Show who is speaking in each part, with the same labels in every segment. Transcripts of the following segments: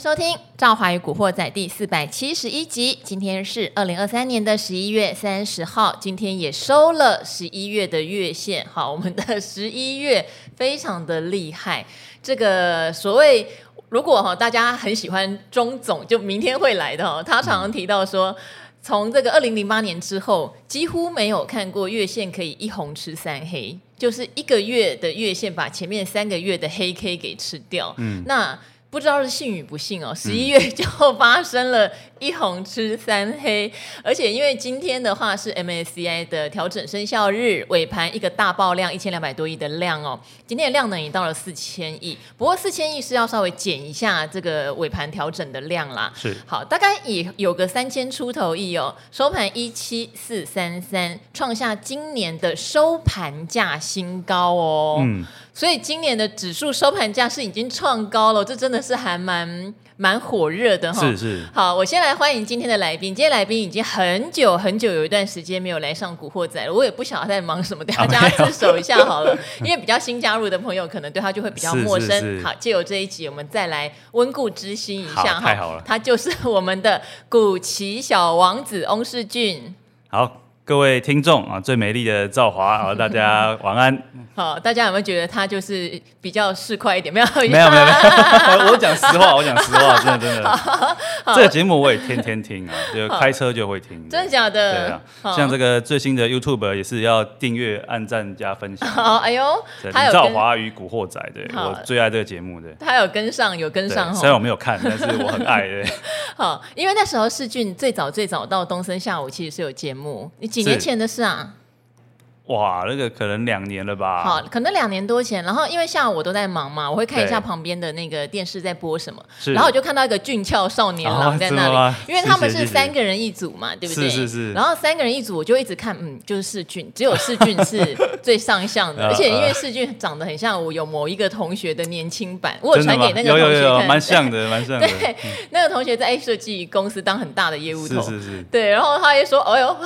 Speaker 1: 收听《赵华与古惑仔》第四百七十一集。今天是二零二三年的十一月三十号，今天也收了十一月的月线。好，我们的 十一月非常的厉害。这个所谓如果哈大家很喜欢钟总，就明天会来的哦。他常常提到说，从这个二零零八年之后，几乎没有看过月线可以一红吃三黑，就是一个月的月线把前面三个月的黑 K 给吃掉。嗯，那。不知道是信与不信哦，十一月就发生了一红吃三黑， 而且因为今天的话是 MSCI 的调整生效日，尾盘一个大爆量，一千两百多亿的量哦，今天的量呢也到了四千亿，不过四千亿是要稍微减一下这个尾盘调整的量啦。
Speaker 2: 是
Speaker 1: 好，大概也有个三千出头亿哦，收盘一七四三三，创下今年的收盘价新高哦。
Speaker 2: 嗯，
Speaker 1: 所以今年的指数收盘价是已经创高了，这真的是还蛮蛮火热的哈。
Speaker 2: 是是，
Speaker 1: 嗯好，我先来欢迎今天的来宾。今天来宾已经很久很久有一段时间没有来上《古惑仔》了，我也不晓得他在忙什么，等一下
Speaker 2: 啊没
Speaker 1: 大
Speaker 2: 有
Speaker 1: 家自首一下好了。 因为比较新加入的朋友，可能对他就会比较
Speaker 2: 是
Speaker 1: 陌
Speaker 2: 是
Speaker 1: 生。
Speaker 2: 是
Speaker 1: 好，借由这一集，我们再来温故知新一下
Speaker 2: 好
Speaker 1: 哈。
Speaker 2: 太好了
Speaker 1: 他就是我们的古奇小王子翁世俊。
Speaker 2: 好，各位听众啊，最美丽的赵华 啊，大家晚安。
Speaker 1: 好，大家有没有觉得他就是比较市侩一点？没有，
Speaker 2: 没有没有没有，我讲实话，我讲实话，真的真的，这个节目我也天天听啊，就开车就会听，
Speaker 1: 真的假的？
Speaker 2: 对啊，
Speaker 1: 好
Speaker 2: 像这个最新的 YouTube 也是要订阅、按赞加分享。
Speaker 1: 好，哎呦，
Speaker 2: 对
Speaker 1: 他
Speaker 2: 林
Speaker 1: 有
Speaker 2: 兆
Speaker 1: 跟
Speaker 2: 华与古惑仔，对
Speaker 1: 好
Speaker 2: 我最爱这个节目的。
Speaker 1: 他有跟上，有跟
Speaker 2: 对，
Speaker 1: 上
Speaker 2: 虽然我
Speaker 1: 哈。
Speaker 2: 没有看，但是我很 爱的。
Speaker 1: 好，因为那时候世俊最早最早到东森下午其实是有节目，你几年
Speaker 2: 是
Speaker 1: 前的事啊？
Speaker 2: 哇，那个可能两年了吧？
Speaker 1: 好，可能两年多前。然后因为下午我都在忙嘛，我会看一下
Speaker 2: 对
Speaker 1: 旁边的那个电视在播什么，
Speaker 2: 是
Speaker 1: 然后我就看到一个俊俏少年
Speaker 2: 哦
Speaker 1: 郎在那
Speaker 2: 真的
Speaker 1: 里
Speaker 2: 吗，
Speaker 1: 因为他们
Speaker 2: 谢
Speaker 1: 是
Speaker 2: 谢谢谢
Speaker 1: 三个人一组嘛，对不对？
Speaker 2: 是是是
Speaker 1: 然后三个人一组，我就一直看，嗯，就是世俊，只有世俊是最上相 的，
Speaker 2: 呃
Speaker 1: 而且因为世俊长得很像我有某一个同学的年轻版，我有
Speaker 2: 真的
Speaker 1: 传
Speaker 2: 吗
Speaker 1: 给那个
Speaker 2: 有有
Speaker 1: 同
Speaker 2: 有
Speaker 1: 学
Speaker 2: 有，
Speaker 1: 看，
Speaker 2: 蛮像的，蛮像 的。
Speaker 1: 对，那个同学在设计公司当很大的业务头，
Speaker 2: 是是是，
Speaker 1: 对，然后他也说：“哎呦，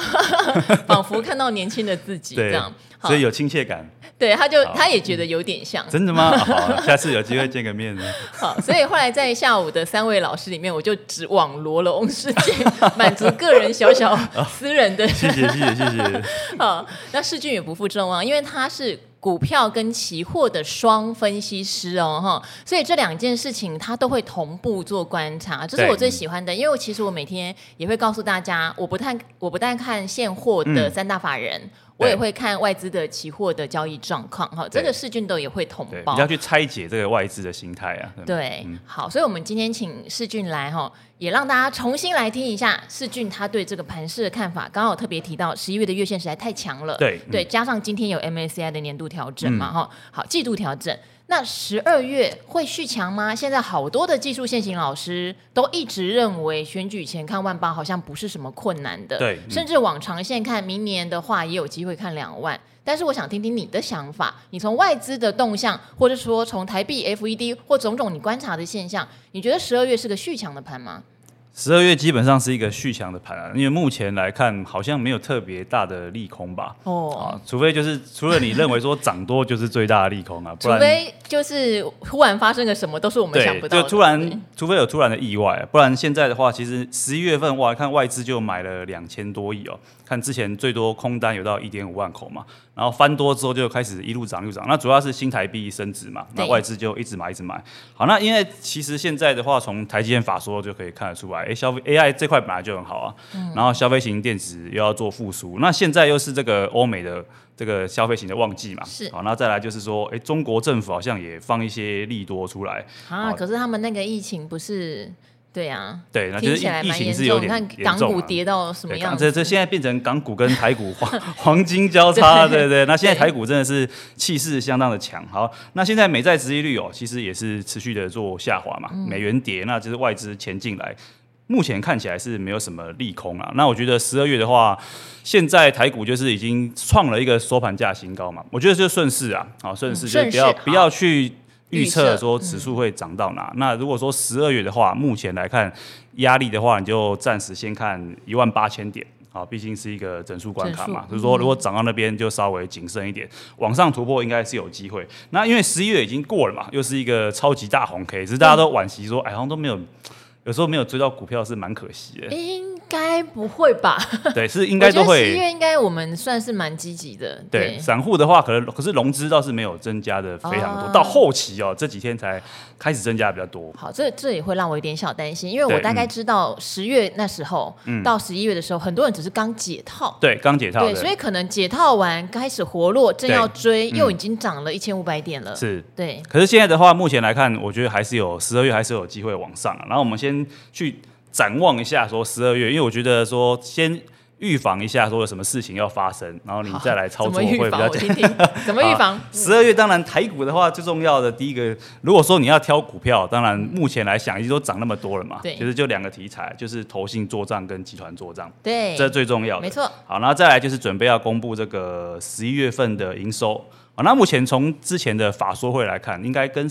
Speaker 1: 仿佛看到年轻的自己这样。”，
Speaker 2: 对
Speaker 1: 好
Speaker 2: 所以有亲切感。
Speaker 1: 对，他就
Speaker 2: 好嗯
Speaker 1: 他也觉得有点像，
Speaker 2: 真的吗？啊好，下次有机会见 个面呢。
Speaker 1: 好，所以后来在下午的三位老师里面，我就只网罗了翁世俊，满足个人小小
Speaker 2: 啊
Speaker 1: 私人 的
Speaker 2: 谢谢，谢谢，谢谢。
Speaker 1: 好，嗯那世俊也不负众望，因为他是股票跟期货的双分析师哦，哈，所以这两件事情他都会同步做观察，这是
Speaker 2: 对
Speaker 1: 我最喜欢的。因为我其实我每天也会告诉大家，我不太我不但看现货的
Speaker 2: 嗯
Speaker 1: 三大法人，我
Speaker 2: 对
Speaker 1: 也会看外资的期货的交易状况，哈，这
Speaker 2: 对
Speaker 1: 个世俊都也会同
Speaker 2: 对，
Speaker 1: 报
Speaker 2: 你。要去拆解这个外资的心态啊。
Speaker 1: 对，好，所以我们今天请世俊来哈，也让大家重新来听一下世俊他对这个盘势的看法。刚刚我特别提到十一月的月线实在太强了，
Speaker 2: 对
Speaker 1: 对，加上今天有 MSCI 的年度调整嘛哈、好，季度调整。那十二月会续强吗？现在好多的技术线型老师都一直认为选举前看万八好像不是什么困难的，
Speaker 2: 对嗯
Speaker 1: 甚至往长线看，明年的话也有机会看两万。但是我想听听你的想法，你从外资的动向，或者说从台币 FED 或种种你观察的现象，你觉得十二月是个续强的盘吗？
Speaker 2: 十二月基本上是一个续强的盘啊，因为目前来看好像没有特别大的利空吧。
Speaker 1: 哦，
Speaker 2: 啊，除非就是除了你认为说涨多就是最大的利空啊，不
Speaker 1: 除
Speaker 2: 然
Speaker 1: 非就是忽然发生个什么，都是我们想
Speaker 2: 对
Speaker 1: 不，到
Speaker 2: 就
Speaker 1: 的。
Speaker 2: 突然，除非有突然的意外，不然现在的话，其实十一月份哇，看外资就买了两千多亿哦，看之前最多空单有到一点五万口嘛，然后翻多之后就开始一路涨一路涨，那主要是新台币升值嘛，那
Speaker 1: 对
Speaker 2: 外资就一直买一直买。好，那因为其实现在的话，从台积电法说就可以看得出来，哎，消费 AI 这块本来就很好啊，
Speaker 1: 嗯
Speaker 2: 然后消费型电子又要做复苏，那现在又是这个欧美的。这个消费型的旺季嘛，
Speaker 1: 是
Speaker 2: 好，那再来就是说，哎，中国政府好像也放一些利多出来，
Speaker 1: 啊，
Speaker 2: 好
Speaker 1: 可是他们那个疫情不是，对啊，
Speaker 2: 哦对，那就
Speaker 1: 听
Speaker 2: 是
Speaker 1: 起来
Speaker 2: 疫疫
Speaker 1: 蛮
Speaker 2: 情
Speaker 1: 严
Speaker 2: 是有
Speaker 1: 重。你
Speaker 2: 点
Speaker 1: 看
Speaker 2: 严
Speaker 1: 港
Speaker 2: 重
Speaker 1: 股
Speaker 2: 啊
Speaker 1: 跌到什么
Speaker 2: 对
Speaker 1: 样
Speaker 2: 港
Speaker 1: 子？
Speaker 2: 这这现在变成港股跟台股 黄黄金交叉，对对。那现在台股真的是气势相当的强。好，那现在美债殖利率哦，其实也是持续的做下滑嘛，
Speaker 1: 嗯
Speaker 2: 美元跌，那就是外资钱进来。目前看起来是没有什么利空啊。那我觉得十二月的话，现在台股就是已经创了一个收盘价新高嘛，我觉得就顺势啊，好顺势，
Speaker 1: 嗯
Speaker 2: 就是
Speaker 1: 顺
Speaker 2: 不
Speaker 1: 势
Speaker 2: 要
Speaker 1: 好
Speaker 2: 不要去
Speaker 1: 预
Speaker 2: 预
Speaker 1: 测
Speaker 2: 测说指数会涨到哪。那如果说十二月的话，目前来看压力的话，你就暂时先看一万八千点。啊，毕竟是一个整数关卡嘛
Speaker 1: 整，数嗯
Speaker 2: 就是说如果涨到那边就稍微谨慎一点，往上突破应该是有机会。那因为十一月已经过了嘛，又是一个超级大红 K，只是大家都惋惜说，哎，好像都没有，有时候没有追到股票是蛮可惜的。
Speaker 1: 应该不会吧？
Speaker 2: 对，是应该都
Speaker 1: 我觉得十一
Speaker 2: 会。
Speaker 1: 月应该我们算是蛮积极的，
Speaker 2: 对，散户的话，可能可是融资倒是没有增加的非常多，
Speaker 1: 哦
Speaker 2: 到后期哦这几天才开始增加的比较多。
Speaker 1: 好，这这也会让我有点小担心，因为我
Speaker 2: 对
Speaker 1: 大概
Speaker 2: 嗯
Speaker 1: 知道十月那时候、到十一月的时候，很多人只是刚解套，
Speaker 2: 对，刚解套
Speaker 1: 对，
Speaker 2: 的，
Speaker 1: 所以可能解套完开始活络，正要追，
Speaker 2: 嗯
Speaker 1: 又已经涨了一千五百点了，
Speaker 2: 是
Speaker 1: 对，
Speaker 2: 可是现在的话，目前来看，我觉得还是有十二月还是有机会往上、啊。然后我们先去展望一下说十二月，因为我觉得说先预防一下说有什么事情要发生，然后你再来操
Speaker 1: 怎
Speaker 2: 作
Speaker 1: 么
Speaker 2: 会
Speaker 1: 预
Speaker 2: 比
Speaker 1: 防？
Speaker 2: 较
Speaker 1: 我听听怎么预防？
Speaker 2: 十二月当然台股的话，最重要的第一个，如果说你要挑股票，当然目前来想，已经都涨那么多了嘛，
Speaker 1: 对
Speaker 2: 其实就两个题材，就是投信做账跟集团做账，
Speaker 1: 对，
Speaker 2: 这最重要的。
Speaker 1: 没错，
Speaker 2: 好，然后再来就是准备要公布这个十一月份的营收。好，那目前从之前的法说会来看，应该跟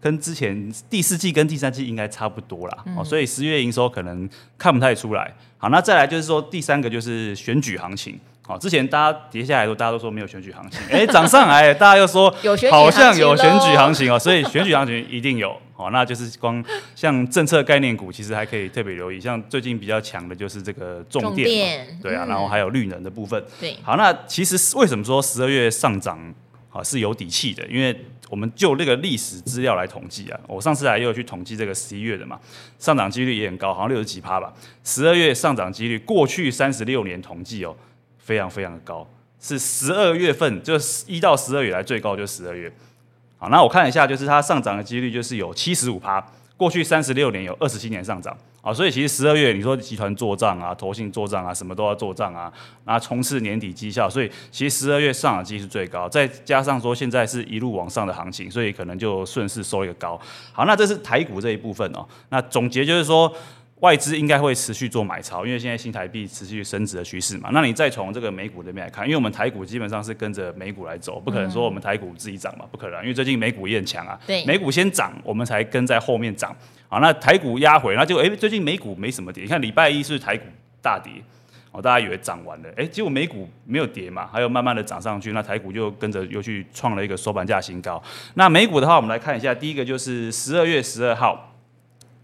Speaker 2: 跟之前第四季跟第三季应该差不多啦。
Speaker 1: 嗯
Speaker 2: 哦，所以十月营收可能看不太出来。好，那再来就是说第三个就是选举行情。好，之前大家跌下来的时候，大家都说没有选举行情，哎，涨上来，大家又说
Speaker 1: 有选举
Speaker 2: 好像
Speaker 1: 行
Speaker 2: 有
Speaker 1: 情
Speaker 2: 选
Speaker 1: 咯
Speaker 2: 举行情哦，所以选举行情一定有。哦，那就是光像政策概念股，其实还可以特别留意。像最近比较强的就是这个重
Speaker 1: 重
Speaker 2: 电嘛，
Speaker 1: 电
Speaker 2: 对啊，
Speaker 1: 嗯
Speaker 2: 然后还有绿能的部分。
Speaker 1: 对，
Speaker 2: 好，那其实为什么说十二月上涨啊是有底气的？因为我们就那个历史资料来统计啊，我上次来也有去统计这个十一月的嘛，上涨几率也很高，好像六十几趴吧。十二月上涨几率，过去三十六年统计哦，非常非常的高，是十二月份，就是一到十二月来最高就是十二月。好，那我看一下，就是它上涨的几率就是有七十五趴，过去三十六年有二十七年上涨。好，所以其实十二月你说集团做账啊、投信做账啊，什么都要做账啊，那冲刺年底绩效，所以其实十二月上涨几率是最高，再加上说现在是一路往上的行情，所以可能就顺势收一个高。好，那这是台股这一部分哦。那总结就是说。外资应该会持续做买超，因为现在新台币持续升值的趋势嘛。那你再从这个美股这边来看，因为我们台股基本上是跟着美股来走，不可能说我们台股自己涨嘛，不可能啊，因为最近美股也很强啊。
Speaker 1: 对
Speaker 2: 美股先涨，我们才跟在后面涨。好，那台股压回，那就哎、最近美股没什么跌。你看礼拜一是台股大跌，哦，大家以为涨完了，哎、结果美股没有跌嘛，还有慢慢的涨上去，那台股就跟着又去创了一个收盘价新高。那美股的话，我们来看一下，第一个就是十二月十二号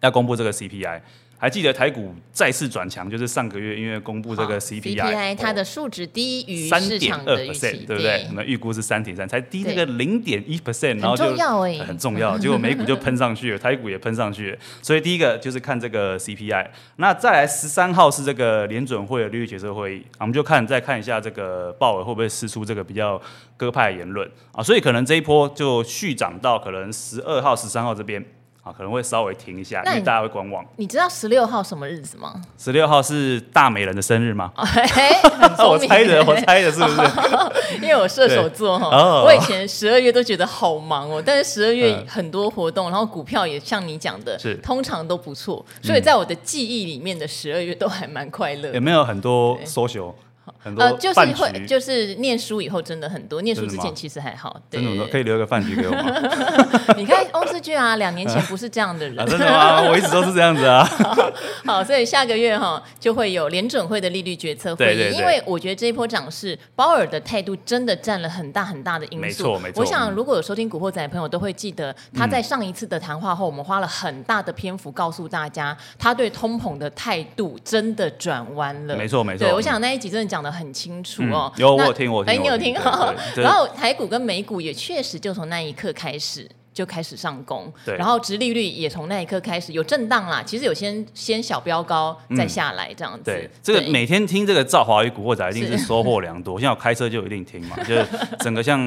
Speaker 2: 要公布这个 CPI，还记得台股再次转强，就是上个月因为公布这
Speaker 1: 好
Speaker 2: 个 CPI，,
Speaker 1: CPI 它的数值低于
Speaker 2: 哦三
Speaker 1: 市
Speaker 2: 点
Speaker 1: 场
Speaker 2: 二
Speaker 1: 的预期
Speaker 2: percent，，对不对？我们预估是三点三，才低那个零点一 percent，然后就
Speaker 1: 很重要欸
Speaker 2: 很重 要。结果美股就喷上去了，台股也喷上去了。所以第一个就是看这个 CPI，那再来十三号是这个联准会的利率决策会议，啊我们就看再看一下这个鲍尔会不会释出这个比较鸽派的言论啊，所以可能这一波就续涨到可能十二号、十三号这边。啊，可能会稍微停一下，
Speaker 1: 那
Speaker 2: 因
Speaker 1: 你
Speaker 2: 为大家会观望。
Speaker 1: 你知道十六号什么日子 吗？
Speaker 2: 十六号是大美人的生日吗？
Speaker 1: 哎，很聪
Speaker 2: 我
Speaker 1: 明
Speaker 2: 猜的，我猜的，是不是？
Speaker 1: 因为我射手座哈，
Speaker 2: 对哦
Speaker 1: 我以前十二月都觉得好忙哦，但是十二月
Speaker 2: 嗯
Speaker 1: 很多活动，然后股票也像你讲的
Speaker 2: 是，嗯
Speaker 1: 通常都不错，所以在我的记忆里面的十二月都还蛮快乐
Speaker 2: 有
Speaker 1: 的。
Speaker 2: 没有很多 social，很多
Speaker 1: 呃，就是
Speaker 2: 饭局？
Speaker 1: 会，就是念书以后真的很多，念书
Speaker 2: 真的
Speaker 1: 之
Speaker 2: 吗
Speaker 1: 前其实还好。对
Speaker 2: 真的，吗可以留一个饭局给我吗？
Speaker 1: 你看翁志俊啊，两年前不是这样的
Speaker 2: 啊，
Speaker 1: 人。
Speaker 2: 真的吗？我一直都是这样 子啊。
Speaker 1: 好，所以下个月哈就会有联准会的利率决策会议，
Speaker 2: 对对对
Speaker 1: 因为我觉得这一波涨势，鲍尔的态度真的占了很大很大的因素。
Speaker 2: 没错没错
Speaker 1: 我想如果有收听《古惑仔》的朋友都会记得，他在上一次的谈话后，我们花了很大的篇幅告诉大家，他对通膨的态度真的转弯了。
Speaker 2: 没错没错
Speaker 1: 对，我想那一集真的讲的很清楚哦。
Speaker 2: 嗯有
Speaker 1: 那
Speaker 2: 我有听我有听
Speaker 1: 哎，你
Speaker 2: 我
Speaker 1: 有
Speaker 2: 有听
Speaker 1: 听哦
Speaker 2: 对对。对
Speaker 1: 然后台股跟美股也确实就从那一刻开始。就开始上攻，
Speaker 2: 对
Speaker 1: 然后殖利率也从那一刻开始有震荡啦。其实有先先小飙高，再下来这样子。
Speaker 2: 嗯对，这个每天听这个《赵华与古惑仔》一定是收获良多。像 我开车就一定听嘛，就是整个像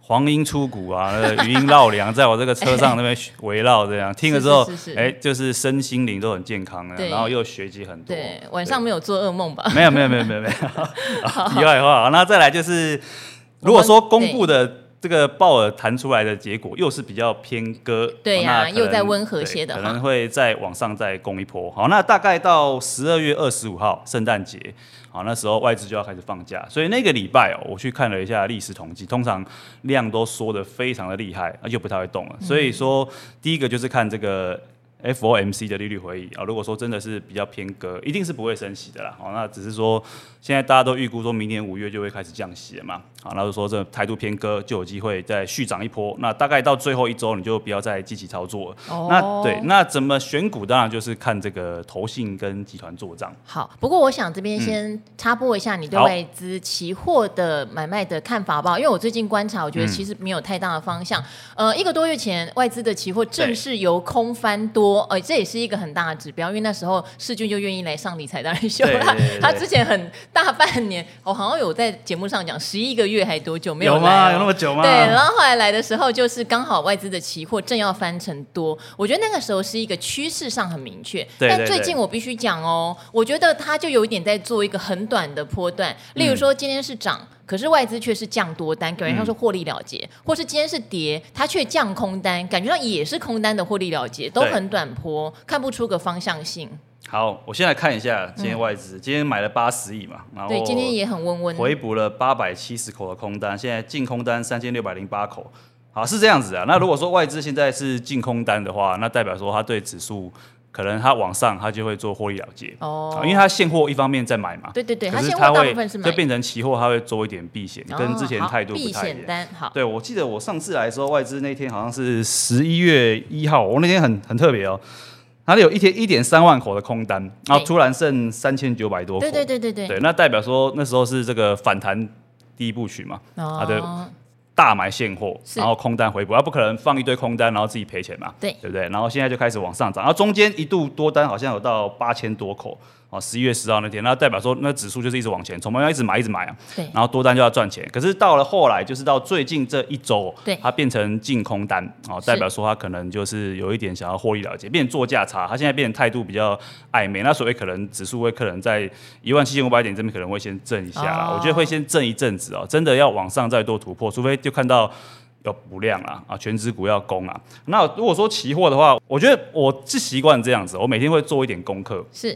Speaker 2: 黄莺出谷啊，那个余音绕梁， 在我这个车上那边围绕这样，听了之后
Speaker 1: 是是是，是
Speaker 2: 哎，就是身心灵都很健康啊，
Speaker 1: 对
Speaker 2: 然后又学习很多。
Speaker 1: 对晚上没有做噩梦吧？
Speaker 2: 没有没有没有没有 没有，好题外话，好那再来就是，如果说公布的这个鲍尔谈出来的结果又是比较偏鸽，
Speaker 1: 对呀
Speaker 2: 哦那可能
Speaker 1: 又再温和些的
Speaker 2: 对
Speaker 1: 话
Speaker 2: 可能会再往上再攻一波。好，那大概到十二月二十五号圣诞节，好那时候外资就要开始放假，所以那个礼拜哦，我去看了一下历史统计，通常
Speaker 1: 嗯
Speaker 2: 量都缩的非常的厉害，啊就不太会动了。所以说，第一个就是看这个。 FOMC 的利率会议啊、如果说真的是比较偏鸽，一定是不会升息的啦。哦，那只是说现在大家都预估说明年五月就会开始降息了嘛。好，那就说这态度偏鸽就有机会再续涨一波。那大概到最后一周你就不要再积极操作了。
Speaker 1: 哦
Speaker 2: 那对，那怎么选股当然就是看这个投信跟集团做账。
Speaker 1: 好，不过我想这边先插播一下你对
Speaker 2: 嗯好
Speaker 1: 外资期货的买卖的看法好不好？因为我最近观察，我觉得
Speaker 2: 嗯
Speaker 1: 其实没有太大的方向。呃，一个多月前外资的期货正
Speaker 2: 对
Speaker 1: 式由空翻多，呃，这也是一个很大的指标，因为那时候世俊就愿意来上理财达人秀
Speaker 2: 对
Speaker 1: 啦
Speaker 2: 对 对。
Speaker 1: 他之前很大半年，我好像有在节目上讲十一个月还多久没来、
Speaker 2: 吗？
Speaker 1: 哦
Speaker 2: 有那么久吗？
Speaker 1: 对，然后后来来的时候，就是刚好外资的期货正要翻成多，我觉得那个时候是一个趋势上很明确。
Speaker 2: 对
Speaker 1: 但
Speaker 2: 对
Speaker 1: 最
Speaker 2: 对
Speaker 1: 近我必须讲哦，我觉得它就有一点在做一个很短的波段，例
Speaker 2: 嗯
Speaker 1: 如说今天是涨。可是外资却是降多单，感觉上是获利了结，或是今天是跌，它却降空单，感觉上也是空单的获利了结，都
Speaker 2: 对
Speaker 1: 很短波，看不出个方向性。
Speaker 2: 好，我先来看一下今天外资，今天买了八十亿嘛，然后
Speaker 1: 嗯对，今天也很温温。
Speaker 2: 回补了八百七十口的空单，现在净空单三千六百零八口。好，是这样子啊。那如果说外资现在是净空单的话，那代表说它对指数可能它往上，它就会做获利了结。
Speaker 1: 哦
Speaker 2: 啊因为它现货一方面在买嘛，
Speaker 1: 对对对，
Speaker 2: 可是
Speaker 1: 现
Speaker 2: 它
Speaker 1: 货大部
Speaker 2: 会
Speaker 1: 分是买
Speaker 2: 就，变成期货，它会做一点避险，跟之前
Speaker 1: 哦好
Speaker 2: 态度不
Speaker 1: 避
Speaker 2: 太一
Speaker 1: 险
Speaker 2: 样。
Speaker 1: 单好。
Speaker 2: 对，我记得我上次来的时候，外资那天好像是十一月一号，我那天很很特别哦，它有一天一点三万口的空单，然后
Speaker 1: 对
Speaker 2: 突然剩三千九百多口，
Speaker 1: 对对对对对，
Speaker 2: 对，那代表说那时候是这个反弹第一部曲嘛，
Speaker 1: 哦
Speaker 2: 啊对大买现货，
Speaker 1: 是
Speaker 2: 然后空单回补，他啊不可能放一堆空单然后自己赔钱嘛，
Speaker 1: 对
Speaker 2: 对不对？然后现在就开始往上涨，然后中间一度多单好像有到八千多口。哦，十一月十号那天，那代表说那指数就是一直往前冲嘛，要一直买，一直买啊。
Speaker 1: 对
Speaker 2: 然后多单就要赚钱，可是到了后来，就是到最近这一周，
Speaker 1: 对
Speaker 2: 它变成净空单哦，
Speaker 1: 是
Speaker 2: 代表说它可能就是有一点想要获利了结，变成做价差，它现在变成态度比较暧昧。那所谓可能指数会可能在一万七千五百点这边可能会先震一下啦，
Speaker 1: 哦
Speaker 2: 我觉得会先震一阵子哦，真的要往上再多突破，除非就看到。有补量啦，啊，全指股要攻啊。那如果说期货的话，我觉得我是习惯这样子，我每天会做一点功课，
Speaker 1: 是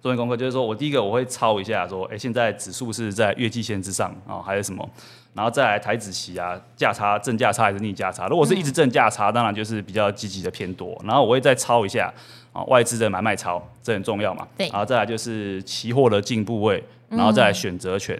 Speaker 2: 做点功课，就是说我第一个我会抄一下说，诶哎，现在指数是在月季线之上啊、哦还是什么？然后再来台子期啊，价差正价差还是逆价差？如果是一直正价差，当然就是比较积极的偏多。然后我会再抄一下啊、外资的买卖超，这很重要嘛。
Speaker 1: 对
Speaker 2: 然后再来就是期货的进部位，然后再来选择权、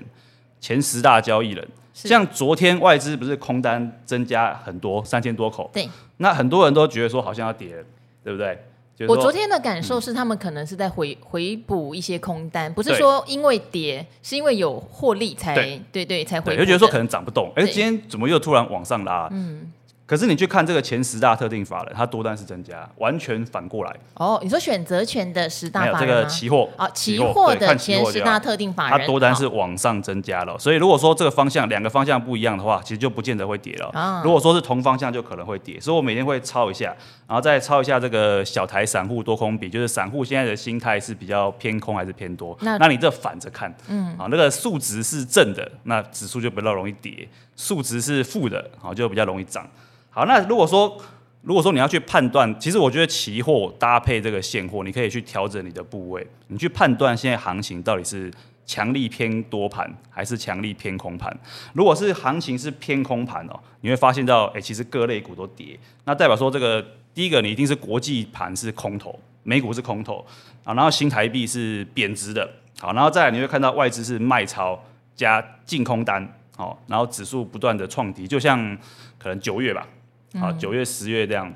Speaker 2: 前十大交易人。
Speaker 1: 是
Speaker 2: 像昨天外资不是空单增加很多，三千多口，
Speaker 1: 对。
Speaker 2: 那很多人都觉得说好像要跌了，对不对？就是
Speaker 1: 我
Speaker 2: 说嗯
Speaker 1: 昨天的感受是，他们可能是在回、回补一些空单，不是
Speaker 2: 对
Speaker 1: 说因为跌，是因为有获利才
Speaker 2: 对
Speaker 1: 对对才回
Speaker 2: 对，
Speaker 1: 补的。
Speaker 2: 就觉得说可能涨不动，哎、
Speaker 1: 对
Speaker 2: 今天怎么又突然往上拉？嗯，可是你去看这个前十大特定法人，它多单是增加，完全反过来，
Speaker 1: 哦，你说选择权的十大
Speaker 2: 没有
Speaker 1: 法
Speaker 2: 这
Speaker 1: 人吗
Speaker 2: 个期货
Speaker 1: 哦，期货
Speaker 2: 对
Speaker 1: 的
Speaker 2: 看期
Speaker 1: 前
Speaker 2: 货
Speaker 1: 十
Speaker 2: 就
Speaker 1: 大
Speaker 2: 好
Speaker 1: 特定法
Speaker 2: 它
Speaker 1: 人，哦
Speaker 2: 多单
Speaker 1: 好
Speaker 2: 是往上增加了，所以如果说这个方向两个方向不一样的话，其实就不见得会跌了。
Speaker 1: 啊
Speaker 2: 如果说是同方向，就可能会跌。所以我每天会抄一下，然后再抄一下这个小台散户多空比，就是散户现在的心态是比较偏空还是偏多？
Speaker 1: 那
Speaker 2: 那你这反着看，嗯，啊，那个数值是正的，那指数就比较容易跌；数值是负的，好就比较容易涨。好，那如果说如果说你要去判断，其实我觉得期货搭配这个现货，你可以去调整你的部位，你去判断现在行情到底是强力偏多盘还是强力偏空盘。如果是行情是偏空盘哦，你会发现到，哎、其实各类股都跌，那代表说这个第一个你一定是国际盘是空头，美股是空头啊，然后新台币是贬值的，好，然后再来你会看到外资是卖超加净空单，好、然后指数不断的创低，就像可能九月吧，
Speaker 1: 嗯
Speaker 2: 啊，九月、十月这样，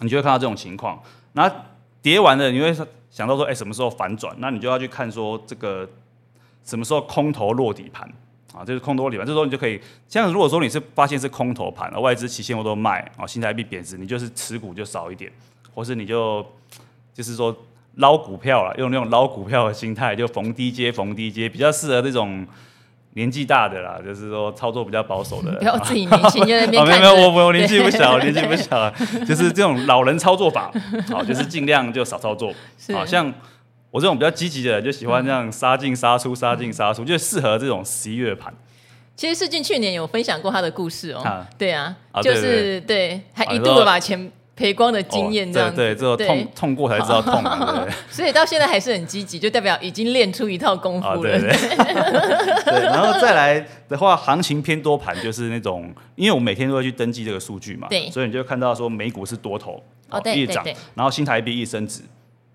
Speaker 2: 你就会看到这种情况。那跌完了，你会想到说，哎、什么时候反转？那你就要去看说这个什么时候空头落底盘啊，就是空头落底盘。这时候你就可以，像如果说你是发现是空头盘，啊外资期现货都卖啊，新台币贬值，你就是持股就少一点，或是你就就是说捞股票了，用那种捞股票的心态，就逢低接逢低接，比较适合这种。年纪大的啦，就是说操作比较保守的人，
Speaker 1: 不要自己年轻就在那边
Speaker 2: 啊，没有
Speaker 1: 看
Speaker 2: 没
Speaker 1: 着。
Speaker 2: 有，我我我年纪
Speaker 1: 对
Speaker 2: 不小，年纪不小，啊就是这种老人操作法，好，就是尽量就少操作。
Speaker 1: 是嗯
Speaker 2: 好像我这种比较积极的人，就喜欢这样杀进杀出，杀进杀出，就适合这种十一月盘。
Speaker 1: 其实世俊去年有分享过他的故事哦，
Speaker 2: 啊
Speaker 1: 对啊，
Speaker 2: 啊
Speaker 1: 就
Speaker 2: 对
Speaker 1: 是对，还
Speaker 2: 啊
Speaker 1: 一
Speaker 2: 你
Speaker 1: 度
Speaker 2: 说
Speaker 1: 把钱赔光的经验这样子、
Speaker 2: 哦对对，只有痛痛过才知道痛嘛，对不对？
Speaker 1: 所以到现在还是很积极，就代表已经练出一套功
Speaker 2: 啊，
Speaker 1: 夫了。
Speaker 2: 对对 对，然后再来的话，行情偏多盘就是那种，因为我们每天都会去登记这个数据嘛，
Speaker 1: 对
Speaker 2: 所以你就会看到说美股是多头，啊
Speaker 1: 哦对对
Speaker 2: 一直涨
Speaker 1: 对，
Speaker 2: 然后新台币一升值。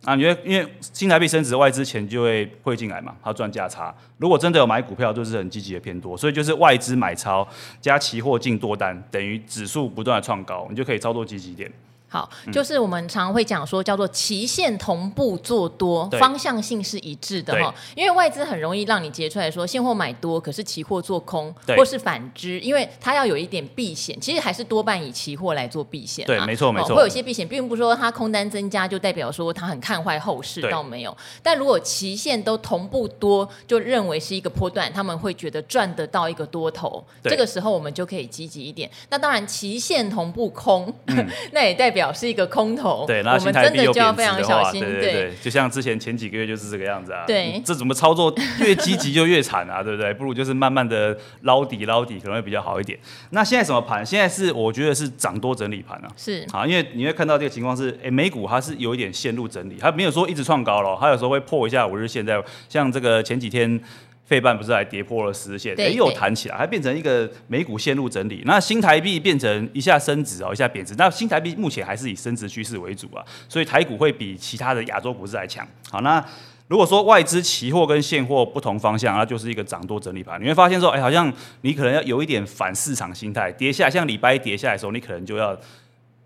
Speaker 2: 啊，你觉得因为新台币升值，外资钱就会汇进来嘛，它赚价差。如果真的有买股票，就是很积极的偏多，所以就是外资买超加期货进多单，等于指数不断的创高，你就可以操作积极点。
Speaker 1: 好，
Speaker 2: 嗯
Speaker 1: 就是我们常会讲说叫做期限同步做多，
Speaker 2: 对
Speaker 1: 方向性是一致的
Speaker 2: 对
Speaker 1: 哈。因为外资很容易让你截出来说现货买多，可是期货做空，
Speaker 2: 对
Speaker 1: 或是反之，因为它要有一点避险，其实还是多半以期货来做避险啊。
Speaker 2: 对没错没
Speaker 1: 哦
Speaker 2: 错
Speaker 1: 会有一些避险，并不是说它空单增加就代表说它很看坏后市，
Speaker 2: 对
Speaker 1: 倒没有。但如果期限都同步多，就认为是一个波段，他们会觉得赚得到一个多头，
Speaker 2: 对
Speaker 1: 这个时候我们就可以积极一点。那当然，期限同步空， 那也代表是一个空头，
Speaker 2: 嗯对，然
Speaker 1: 我
Speaker 2: 后新
Speaker 1: 们
Speaker 2: 台
Speaker 1: 真
Speaker 2: 币
Speaker 1: 的
Speaker 2: 又
Speaker 1: 就要非
Speaker 2: 贬
Speaker 1: 常
Speaker 2: 值的
Speaker 1: 小
Speaker 2: 话，
Speaker 1: 心，
Speaker 2: 对对对，就像之前前几个月就是这个样子啊。
Speaker 1: 对
Speaker 2: 你这怎么操作越积极就越惨啊，对不对？不如就是慢慢的捞底捞底，可能会比较好一点。那现在什么盘？现在是我觉得是涨多整理盘啊。
Speaker 1: 是
Speaker 2: 好，因为你会看到这个情况是，哎，美股它是有一点陷入整理，它没有说一直创高了，它有时候会破一下五日线在，像这个前几天。费半不是还跌破了十日线，
Speaker 1: 对
Speaker 2: 诶又
Speaker 1: 对
Speaker 2: 弹起来，还变成一个美股陷入整理。那新台币变成一下升值哦，一下贬值。那新台币目前还是以升值趋势为主啊，所以台股会比其他的亚洲股市还强。好，那如果说外资期货跟现货不同方向，那就是一个涨多整理盘。你会发现说，哎、好像你可能要有一点反市场心态，跌下像礼拜一跌下来的时候，你可能就要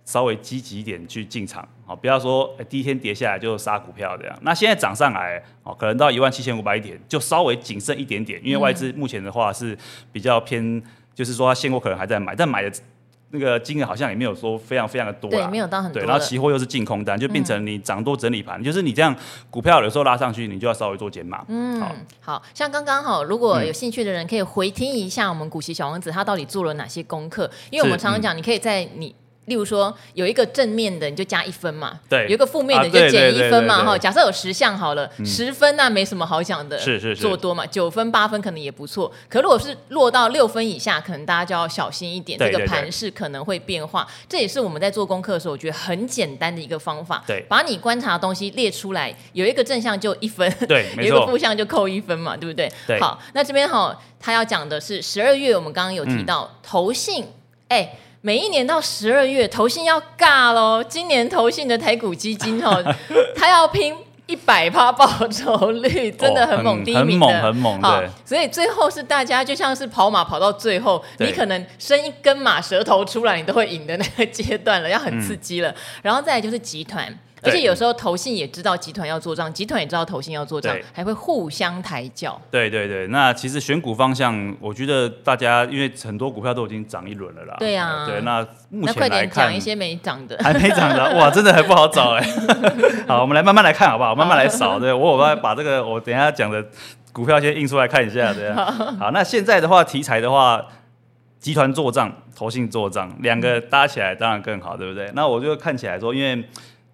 Speaker 2: 稍微积极一点去进场，好、不要说、哎第一天跌下来就杀股票这样。那现在涨上来，哦，可能到一万七千五百点，就稍微谨慎一点点，因为外资目前的话是比较偏，就是说它现货可能还在买，但买的那个金额好像也没有说非常非常的多
Speaker 1: 对
Speaker 2: 啦，
Speaker 1: 没有到很多
Speaker 2: 对，
Speaker 1: 了
Speaker 2: 然后期货又是净空单，就变成你涨多整理盘，就是你这样股票有时候拉上去，你就要稍微做减码，嗯，好，
Speaker 1: 嗯，好像刚刚好，如
Speaker 2: 嗯
Speaker 1: 果有兴趣的人可以回听一下我们古奇小王子他到底做了哪些功课，因为我们常常
Speaker 2: 嗯
Speaker 1: 讲，你可以在你。例如说，有一个正面的你就加一分嘛，
Speaker 2: 对
Speaker 1: 有一个负面的
Speaker 2: 啊
Speaker 1: 你就减一分
Speaker 2: 对对对
Speaker 1: 嘛，
Speaker 2: 对
Speaker 1: 哈、
Speaker 2: 对
Speaker 1: 假设有十项好了，十、分那没什么好讲的，
Speaker 2: 是是是
Speaker 1: 做多嘛，九分八分可能也不错。可如果是落到六分以下，可能大家就要小心一点，这
Speaker 2: 对对
Speaker 1: 个
Speaker 2: 对
Speaker 1: 盘势可能会变化。这也是我们在做功课的时候，我觉得很简单的一个方法，
Speaker 2: 对
Speaker 1: 把你观察的东西列出来，有一个正向就一分，
Speaker 2: 对
Speaker 1: 有
Speaker 2: 没
Speaker 1: 一个
Speaker 2: 错
Speaker 1: 负项就扣一分嘛，对不对？
Speaker 2: 对
Speaker 1: 好，那这边哈、他要讲的是十二月，我们刚刚有提
Speaker 2: 嗯
Speaker 1: 到、投信，哎。每一年到十二月，投信要尬喽。今年投信的台股基金 哦，它要拼一百趴报酬率，真的
Speaker 2: 哦
Speaker 1: 很猛，
Speaker 2: 很
Speaker 1: 第一名的，
Speaker 2: 很猛很猛
Speaker 1: 好
Speaker 2: 对
Speaker 1: 所以最后是大家就像是跑马跑到最后，
Speaker 2: 对
Speaker 1: 你可能伸一根马舌头出来，你都会赢的那个阶段了，要很刺激了。然后再来就是集团。而
Speaker 2: 嗯对
Speaker 1: 且有时候投信也知道集团要做账，集团也知道投信要做账
Speaker 2: 对，
Speaker 1: 还会互相抬轿。
Speaker 2: 对对对，那其实选股方向，我觉得大家因为很多股票都已经涨一轮了啦。
Speaker 1: 对啊
Speaker 2: 呃对，那目
Speaker 1: 那快
Speaker 2: 前来
Speaker 1: 点
Speaker 2: 看
Speaker 1: 讲一些没涨的。
Speaker 2: 还没涨的，哇，真的还不好找哎、 好，我们来慢慢来看好不好？慢慢来扫。对我，我要把这个我等一下讲的股票先印出来看一下，对啊。好，那现在的话，题材的话，集团做账、投信做账，两个搭起来当然更好，对不对？那我就看起来说，因为。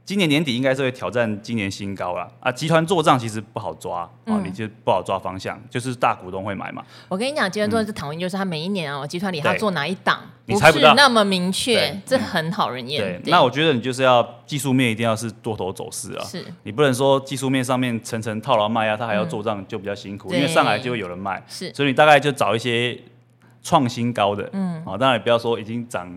Speaker 2: 今年年底应该是会挑战今年新高啦。啊！集团做账其实不好抓啊，你就不好抓方向，就是大股东会买嘛，
Speaker 1: 我跟你讲，集团做是讨厌，就是他每一年啊，集团里他
Speaker 2: 对
Speaker 1: 做哪一档，
Speaker 2: 你
Speaker 1: 不
Speaker 2: 猜
Speaker 1: 是
Speaker 2: 不到
Speaker 1: 那么明确
Speaker 2: 对，
Speaker 1: 这很讨人厌
Speaker 2: 对。，
Speaker 1: 对
Speaker 2: 那我觉得你就是要技术面一定要是多头走势啊，
Speaker 1: 是
Speaker 2: 你不能说技术面上面层层套牢卖啊，它还要做账就比较辛苦，
Speaker 1: 对
Speaker 2: 因为上来就会有人卖，
Speaker 1: 是
Speaker 2: 所以你大概就找一些创新高的，嗯，好、当然不要说已经涨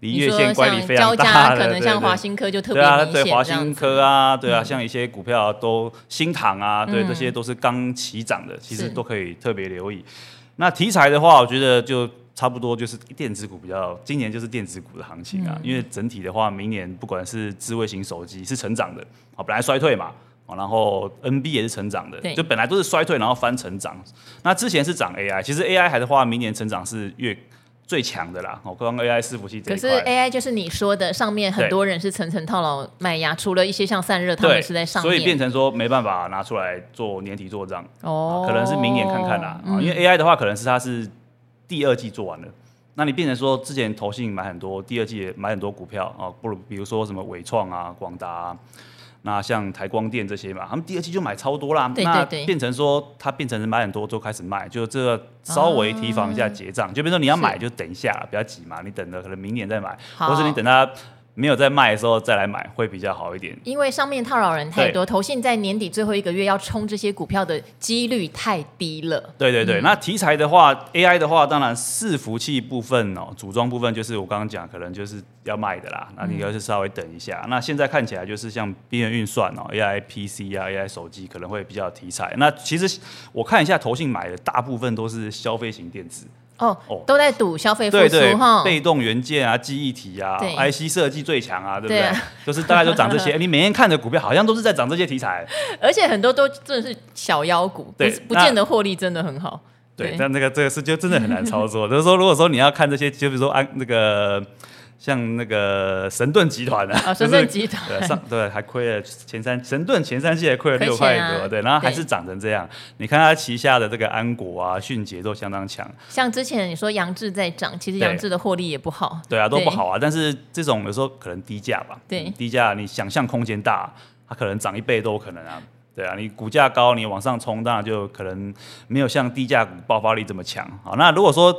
Speaker 2: 离
Speaker 1: 你
Speaker 2: 月
Speaker 1: 说
Speaker 2: 线乖离
Speaker 1: 像
Speaker 2: 非
Speaker 1: 交
Speaker 2: 常
Speaker 1: 价
Speaker 2: 大
Speaker 1: 可
Speaker 2: 的，
Speaker 1: 能像
Speaker 2: 对对
Speaker 1: 华新科就特别
Speaker 2: 对啊，
Speaker 1: 明显
Speaker 2: 对
Speaker 1: 这
Speaker 2: 华
Speaker 1: 样子。嗯
Speaker 2: 新科啊，对啊，像一些股票都新塘啊，对，这些都是刚起涨的，其实
Speaker 1: 是
Speaker 2: 都可以特别留意。那题材的话，我觉得就差不多就是电子股比较，今年就是电子股的行情啊，
Speaker 1: 嗯
Speaker 2: 因为整体的话，明年不管是智慧型手机是成长的，啊，本来衰退嘛。哦然后 NB 也是成长的
Speaker 1: 对，
Speaker 2: 就本来都是衰退，然后翻成长。那之前是涨 AI，其实 AI 还的话，明年成长是越最强的啦。哦，光 AI 伺服器这
Speaker 1: 可
Speaker 2: 一
Speaker 1: 是
Speaker 2: 块，
Speaker 1: AI 就是你说的，上面很
Speaker 2: 对
Speaker 1: 多人是层层套牢卖压，除了一些像散热，他
Speaker 2: 对，
Speaker 1: 们是在上面，
Speaker 2: 所以变成说没办法拿出来做年底做账，啊
Speaker 1: 哦，
Speaker 2: 可能是明年看看啦、啊，
Speaker 1: 嗯
Speaker 2: 因为 AI 的话，可能是它是第二季做完了。那你变成说，之前投信买很多，第二季也买很多股票啊，不如比如说什么伟创啊、广达、啊，那像台光电这些嘛，他们第二季就买超多啦。
Speaker 1: 对对对
Speaker 2: 那变成说，它变成买很多就开始卖，就这个稍微提防一下结账。就比如说你要买
Speaker 1: 哦是
Speaker 2: 就等一下，不要急嘛，你等了可能明年再买，
Speaker 1: 好
Speaker 2: 或者你等它没有在卖的时候再来买会比较好一点。
Speaker 1: 因为上面套牢人太多，投信在年底最后一个月要冲这些股票的几率太低了。
Speaker 2: 对对对，那题材的话，AI 的话，当然伺服器部分哦，组装部分就是我刚刚讲，可能就是要卖的啦。那你要是稍微等一下。
Speaker 1: 嗯
Speaker 2: 那现在看起来就是像边缘运算哦，AI PC 啊，AI 手机可能会比较有题材。那其实我看一下投信买的大部分都是消费型电子，
Speaker 1: 哦
Speaker 2: 哦，
Speaker 1: 都在赌消费复
Speaker 2: 对对
Speaker 1: 苏哈，。
Speaker 2: 被动元件啊，记忆体啊
Speaker 1: 对
Speaker 2: ，IC 设计最强啊，对不
Speaker 1: 对
Speaker 2: 对
Speaker 1: 啊？
Speaker 2: 就是大概就涨 这些。你每天看的股票好像都是在涨这些题材。
Speaker 1: 而且很多都真的是小妖股，不
Speaker 2: 对
Speaker 1: 是不
Speaker 2: 那
Speaker 1: 见得获利真的很好。啊
Speaker 2: 对，但这个这个是就真的很难 操作。就是说，如果说你要看这些，就比如说安那个像那个神盾集团啊，
Speaker 1: 啊，深
Speaker 2: 就是
Speaker 1: 圳集团
Speaker 2: 对上对还亏了前三神盾前三季还亏了
Speaker 1: 亏
Speaker 2: 六块
Speaker 1: 钱啊
Speaker 2: 多，对，然后还
Speaker 1: 对
Speaker 2: 是涨成这样。你看它旗下的这个安国啊、迅捷都相当强，
Speaker 1: 像之前你说杨志在涨，其实
Speaker 2: 对
Speaker 1: 杨志的获利也不好。
Speaker 2: 对啊，都不好啊。但是这种有时候可能低价吧，
Speaker 1: 哦对
Speaker 2: 嗯低价你想象空间大，它可能涨一倍都有可能啊。对啊，你股价高，你往上冲，当然就可能没有像低价股爆发力这么强。好，那如果说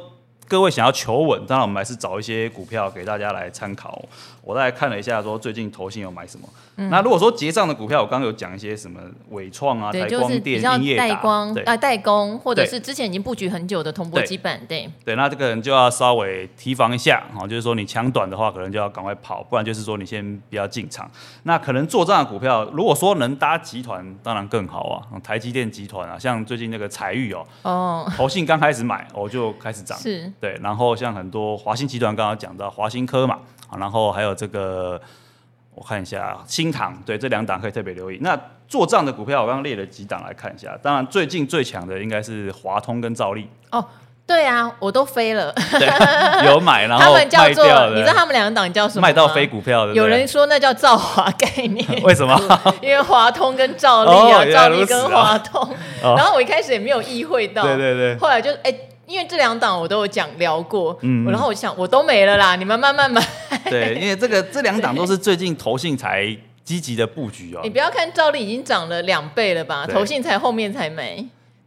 Speaker 2: 各位想要求稳，当然我们还是找一些股票给大家来参考。我大概看了一下，说最近投信有买什么。
Speaker 1: 嗯
Speaker 2: 那如果说结账的股票，我刚刚有讲一些什么伟创啊、
Speaker 1: 对，
Speaker 2: 台
Speaker 1: 就
Speaker 2: 光
Speaker 1: 是比
Speaker 2: 电、
Speaker 1: 较
Speaker 2: 英业
Speaker 1: 代
Speaker 2: 达，
Speaker 1: 光
Speaker 2: 对
Speaker 1: 啊代工，或者
Speaker 2: 对
Speaker 1: 是之前已经布局很久的铜箔
Speaker 2: 对
Speaker 1: 基板，对，
Speaker 2: 对，那这个人就要稍微提防一下哦，就是说你抢短的话，可能就要赶快跑，不然就是说你先不要进场。那可能做账的股票，如果说能搭集团，当然更好啊，嗯台积电集团啊，像最近那个财玉哦，
Speaker 1: 哦，
Speaker 2: 投信刚开始买，我、哦、就开始涨，
Speaker 1: 是
Speaker 2: 对，然后像很多华兴集团刚刚讲到华兴科嘛，啊然后还有这个我看一下啊新塘，对这两档可以特别留意。那做账的股票，我刚刚列了几档来看一下，当然最近最强的应该是华通跟兆利。
Speaker 1: 哦，对啊，我都飞了，
Speaker 2: 对，有买，然
Speaker 1: 他
Speaker 2: 后
Speaker 1: 们叫
Speaker 2: 卖
Speaker 1: 做
Speaker 2: 掉
Speaker 1: 你知道
Speaker 2: 的，
Speaker 1: 他们两个档叫什么吗？
Speaker 2: 卖到飞股票的，
Speaker 1: 有
Speaker 2: 对，
Speaker 1: 人说那叫造华概念
Speaker 2: 为 什么？
Speaker 1: 因为华通跟兆利
Speaker 2: 哦
Speaker 1: 啊，
Speaker 2: 原
Speaker 1: 兆
Speaker 2: 来如
Speaker 1: 利
Speaker 2: 此啊
Speaker 1: 跟华通，
Speaker 2: 哦
Speaker 1: 然后我一开始也没有意会到，
Speaker 2: 对对对
Speaker 1: 后来就哎。因为这两档我都有讲聊过，嗯，然后我想我都没了啦，你们慢慢买，
Speaker 2: 对，因为这个这两档都是最近投信才积极的布局哦
Speaker 1: 你。不要看照例已经涨了两倍了吧，
Speaker 2: 对
Speaker 1: 投信才后面才买，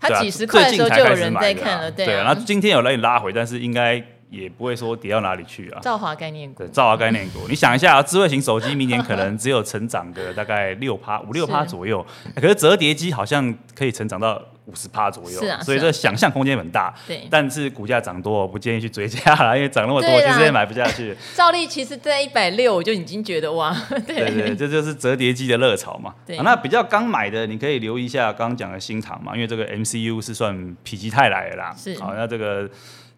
Speaker 1: 它
Speaker 2: 对啊
Speaker 1: 几十块的时候就有
Speaker 2: 最近才开始
Speaker 1: 人
Speaker 2: 买
Speaker 1: 在
Speaker 2: 的
Speaker 1: 看了，
Speaker 2: 啊
Speaker 1: 对
Speaker 2: 对
Speaker 1: 啊。
Speaker 2: 那今天有让你拉回，但是应该也不会说跌到哪里去啊。
Speaker 1: 兆华概念股
Speaker 2: 对，造谣概念股，你想一下、啊，智慧型手机明年可能只有成长个大概六趴、五六趴
Speaker 1: 是
Speaker 2: 左右，哎可是折叠机好像可以成长到五十趴左右，
Speaker 1: 是啊
Speaker 2: 所以
Speaker 1: 是啊
Speaker 2: 这想象空间很大。
Speaker 1: 对
Speaker 2: 但是股价涨多，我不建议去追加啦，因 为涨那么多，
Speaker 1: 对啊
Speaker 2: 其
Speaker 1: 啦
Speaker 2: 实也买不下 去。
Speaker 1: 照例其实在一百六我就已经觉得哇，
Speaker 2: 对对，这就是折叠机的热潮嘛。
Speaker 1: 对
Speaker 2: 啊那比较刚买的，你可以留意一下刚刚讲的新唐嘛，因为这个 MCU 是算否极泰来的啦。
Speaker 1: 是
Speaker 2: 好，那这个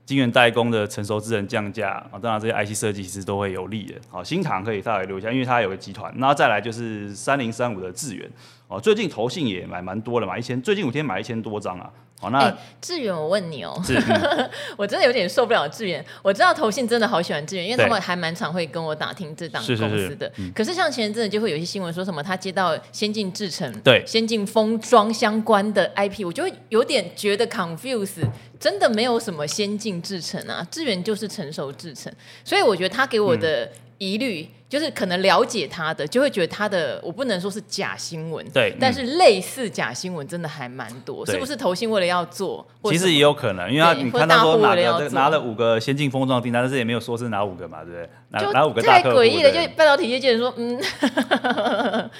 Speaker 2: 晶圆代工的成熟制程降价啊，当然这些 IC 设计其实都会有利的。好，新唐可以稍微留意一下，因为它有个集团。那再来就是三零三五的智源哦，最近投信也买蛮多的嘛，一千最近五天买一千多张啊。好，那、
Speaker 1: 哎、志远，我问你哦，
Speaker 2: 是、嗯
Speaker 1: 我真的有点受不了志远。我知道投信真的好喜欢志远，因为他
Speaker 2: 对
Speaker 1: 们还蛮常会跟我打听这档
Speaker 2: 是
Speaker 1: 公
Speaker 2: 是是嗯
Speaker 1: 司的。可是像前阵子就会有一些新闻说什么他接到先进制程、
Speaker 2: 对
Speaker 1: 先进封装相关的 IP，我就会有点觉得 confuse。真的没有什么先进制程啊，志远就是成熟制程，所以我觉得他给
Speaker 2: 嗯
Speaker 1: 我的疑虑。就是可能了解他的，就会觉得他的我不能说是假新闻，
Speaker 2: 对嗯
Speaker 1: 但是类似假新闻真的还蛮多，
Speaker 2: 对
Speaker 1: 是不是投信为了要做？或
Speaker 2: 其
Speaker 1: 什么
Speaker 2: 实也有可能，因为他
Speaker 1: 对
Speaker 2: 你
Speaker 1: 或
Speaker 2: 看他
Speaker 1: 大
Speaker 2: 说
Speaker 1: 户
Speaker 2: 拿
Speaker 1: 为了要做
Speaker 2: 了拿了五个先进封装订单，但是也没有说是哪五个嘛，对不对？拿
Speaker 1: 就
Speaker 2: 拿五个大
Speaker 1: 太
Speaker 2: 客户
Speaker 1: 诡异了，就
Speaker 2: 对
Speaker 1: 半导体业界人说，嗯，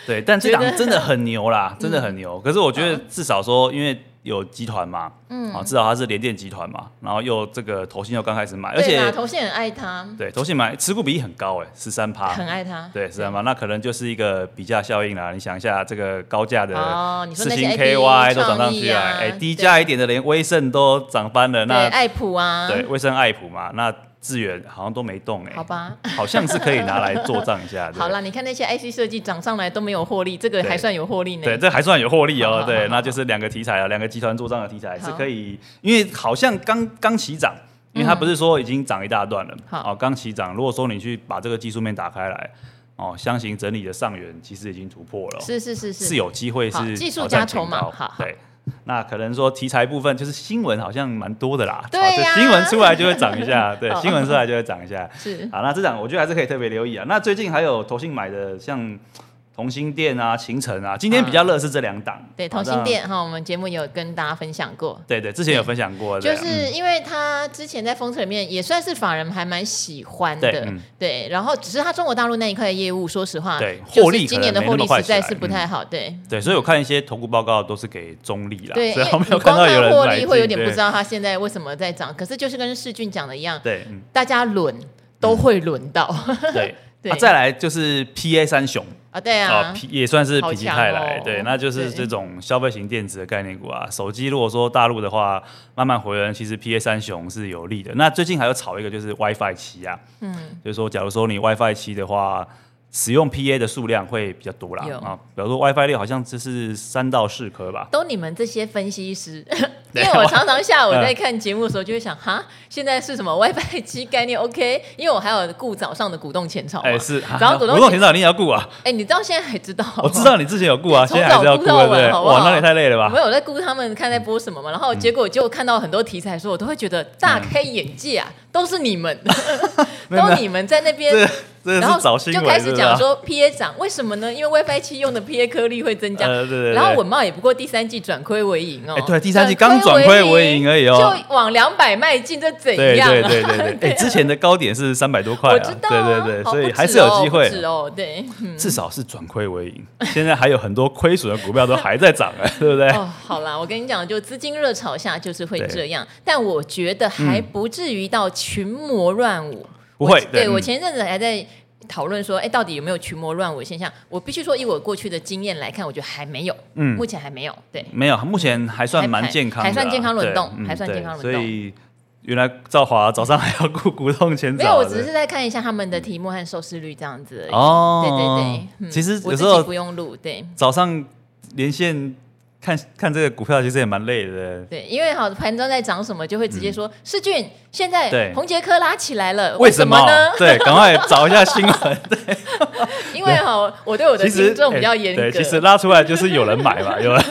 Speaker 2: 对，但这
Speaker 1: 觉
Speaker 2: 档
Speaker 1: 得嗯
Speaker 2: 真的很牛啦，真的很牛。可是我觉得至少说，因为有集团嘛，嗯，啊，至少它是联电集团嘛，然后又这个投信又刚开始买，而
Speaker 1: 对啦，
Speaker 2: 且
Speaker 1: 头线很爱他，
Speaker 2: 对投信买持股比例很高哎，十三趴，
Speaker 1: 很爱他，
Speaker 2: 对，十三趴，那可能就是一个比价效应啦。你想一下，这个高价的
Speaker 1: 哦你说
Speaker 2: 四
Speaker 1: 那些
Speaker 2: 星
Speaker 1: APE
Speaker 2: KY 都
Speaker 1: 创
Speaker 2: 涨上去了，
Speaker 1: 意啊
Speaker 2: 哎，低价一点的连威盛都涨翻了，
Speaker 1: 对，
Speaker 2: 那
Speaker 1: 爱普啊，
Speaker 2: 对威盛爱普嘛，那致远好像都没动哎，
Speaker 1: 好吧。
Speaker 2: 好像是可以拿来做账一 下。对
Speaker 1: 好啦，你看那些 IC 设计涨上来都没有获利，这个还算有获利呢。
Speaker 2: 对，这还算有获利
Speaker 1: 好好
Speaker 2: 哦。
Speaker 1: 好好
Speaker 2: 对，那就是两个题材啊，两个集团做账的题材
Speaker 1: 好
Speaker 2: 是可以，因为好像刚刚起涨，因为它不是说已经涨一大段了，
Speaker 1: 嗯好
Speaker 2: 哦，刚起涨。如果说你去把这个技术面打开来，哦，箱型整理的上缘其实已经突破了哦，
Speaker 1: 是是是
Speaker 2: 是有机会
Speaker 1: 好
Speaker 2: 是
Speaker 1: 技术
Speaker 2: 挑战
Speaker 1: 加筹
Speaker 2: 前
Speaker 1: 码
Speaker 2: 高
Speaker 1: 好好
Speaker 2: 对。那可能说题材部分就是新闻好像蛮多的啦，
Speaker 1: 对
Speaker 2: 哦这
Speaker 1: 呀
Speaker 2: 新闻出来就会涨一下，对，
Speaker 1: 好
Speaker 2: 新闻出来就会涨一下。
Speaker 1: 是
Speaker 2: 好，那这档我觉得还是可以特别留意啊。那最近还有投信买的像同心店啊、秦城啊，今天比较热是这两档。
Speaker 1: 嗯对，
Speaker 2: 好
Speaker 1: 同心
Speaker 2: 那
Speaker 1: 店哈，我们节目有跟大家分享过，
Speaker 2: 对对，之前有分享过，
Speaker 1: 就
Speaker 2: 对
Speaker 1: 是因为他之前在风车里面也算是法人还蛮喜欢的，
Speaker 2: 对嗯
Speaker 1: 对然后只是他中国大陆那一块的业务，说实话，
Speaker 2: 对
Speaker 1: 就是
Speaker 2: 获利可能
Speaker 1: 今年的
Speaker 2: 没
Speaker 1: 获
Speaker 2: 那
Speaker 1: 利
Speaker 2: 么快
Speaker 1: 实在
Speaker 2: 起来嗯
Speaker 1: 是不太好，对
Speaker 2: 对，所以我看一些投顾报告都是给中立啦，
Speaker 1: 对，因
Speaker 2: 啊所以
Speaker 1: 为
Speaker 2: 我没有
Speaker 1: 你
Speaker 2: 看
Speaker 1: 光
Speaker 2: 到有
Speaker 1: 看
Speaker 2: 人
Speaker 1: 获
Speaker 2: 来
Speaker 1: 利会有
Speaker 2: 进
Speaker 1: 点
Speaker 2: 对
Speaker 1: 不知道他现在为什么在涨，可是就是跟世俊讲的一样，
Speaker 2: 对，嗯，
Speaker 1: 大家轮都会轮到
Speaker 2: 对。
Speaker 1: 对
Speaker 2: 那、再来就是 P A 三雄
Speaker 1: 啊，对啊，
Speaker 2: 皮也算是
Speaker 1: 好
Speaker 2: 否极
Speaker 1: 强
Speaker 2: 泰来，
Speaker 1: 哦
Speaker 2: 对，那就是
Speaker 1: 对
Speaker 2: 这种消费型电子的概念股啊。手机如果说大陆的话，慢慢回温，其实 P A 三雄是有利的。那最近还有炒一个就是 WiFi 七啊，
Speaker 1: 嗯，
Speaker 2: 就是说，假如说你 WiFi 七的话，使用 PA 的数量会比较多啦
Speaker 1: 有
Speaker 2: 啊。比如说 WiFi 六好像就是三到四颗吧。
Speaker 1: 都你们这些分析师，因
Speaker 2: 对
Speaker 1: 为我常常下午
Speaker 2: 嗯
Speaker 1: 在看节目的时候就会想，哈，现在是什么 WiFi 机概念？OK，因为我还有顾早上的股东前朝嘛，
Speaker 2: 哎、是，
Speaker 1: 然后股
Speaker 2: 股
Speaker 1: 东
Speaker 2: 东前早你也要顾啊，
Speaker 1: 哎，你到现在还知道？
Speaker 2: 我知。道你之前有顾 啊，
Speaker 1: 从
Speaker 2: 现在还是要顾
Speaker 1: 早顾到
Speaker 2: 啊，对不对？
Speaker 1: 晚好不好
Speaker 2: 哇，那也太累了
Speaker 1: 我
Speaker 2: 吧？
Speaker 1: 们有在估他们看在播什么嘛，然后
Speaker 2: 嗯
Speaker 1: 结果就看到很多题材的时候，我都会觉得大开眼界啊，都是你们，
Speaker 2: 没 有
Speaker 1: 都你们在那边
Speaker 2: 这个这
Speaker 1: 然
Speaker 2: 个
Speaker 1: 后
Speaker 2: 是找新
Speaker 1: 就
Speaker 2: 闻，
Speaker 1: 开始讲
Speaker 2: 是啊吧
Speaker 1: 说 PA 涨，为什么呢？因为 WiFi 七用的 PA 颗粒会增加。
Speaker 2: 呃，对对对。
Speaker 1: 然后文茂也不过第三季转亏为盈哦，
Speaker 2: 哎对第三季刚转亏为盈而已哦
Speaker 1: 就往两百迈进，这怎
Speaker 2: 对
Speaker 1: 样啊？
Speaker 2: 对对 对对，哎、之前的高点是三百多块
Speaker 1: 我
Speaker 2: 啊，
Speaker 1: 知道啊，
Speaker 2: 对对对，
Speaker 1: 好
Speaker 2: 所以
Speaker 1: 不
Speaker 2: 还
Speaker 1: 止
Speaker 2: 是有
Speaker 1: 哦
Speaker 2: 机会
Speaker 1: 不，止哦，对， 嗯，
Speaker 2: 至少是转亏为盈。现在还有很多亏损的股票都还在涨、 哎，对不对？
Speaker 1: 哦，好啦，我跟你讲，就资金热潮下就是会这样，但我觉得还不至于到群魔乱舞。
Speaker 2: 不会
Speaker 1: 我对
Speaker 2: 对
Speaker 1: 我
Speaker 2: 嗯
Speaker 1: 前阵子还在讨论说，哎，到底有没有群魔乱舞的现象？我必须说，以我过去的经验来看，我觉得还没有，
Speaker 2: 嗯
Speaker 1: 目前还没有，对。
Speaker 2: 没有，目前还算蛮健康的啦，啊
Speaker 1: 还算健康轮动
Speaker 2: 对嗯
Speaker 1: 还算健康轮动
Speaker 2: 对所以原来赵华早上还要顾股东前
Speaker 1: 没
Speaker 2: 早，
Speaker 1: 有，我只是在看一下他们的题目和收视率这样子而已。
Speaker 2: 哦，
Speaker 1: 对对对，嗯
Speaker 2: 其实
Speaker 1: 我
Speaker 2: 有
Speaker 1: 自
Speaker 2: 时
Speaker 1: 己
Speaker 2: 候
Speaker 1: 不用录，对
Speaker 2: 早上连线看看这个股票，其实也蛮累的。
Speaker 1: 对，因为好盘中在涨什么，就会直接说世俊现在
Speaker 2: 嗯对
Speaker 1: 红杰科拉起来了，
Speaker 2: 为
Speaker 1: 什
Speaker 2: 么
Speaker 1: 呢？
Speaker 2: 对，赶快找一下新闻。
Speaker 1: 因为哈，我对我的
Speaker 2: 其实
Speaker 1: 听众比较
Speaker 2: 哎
Speaker 1: 严
Speaker 2: 对，
Speaker 1: 格，
Speaker 2: 其实拉出来就是有人买嘛，有 人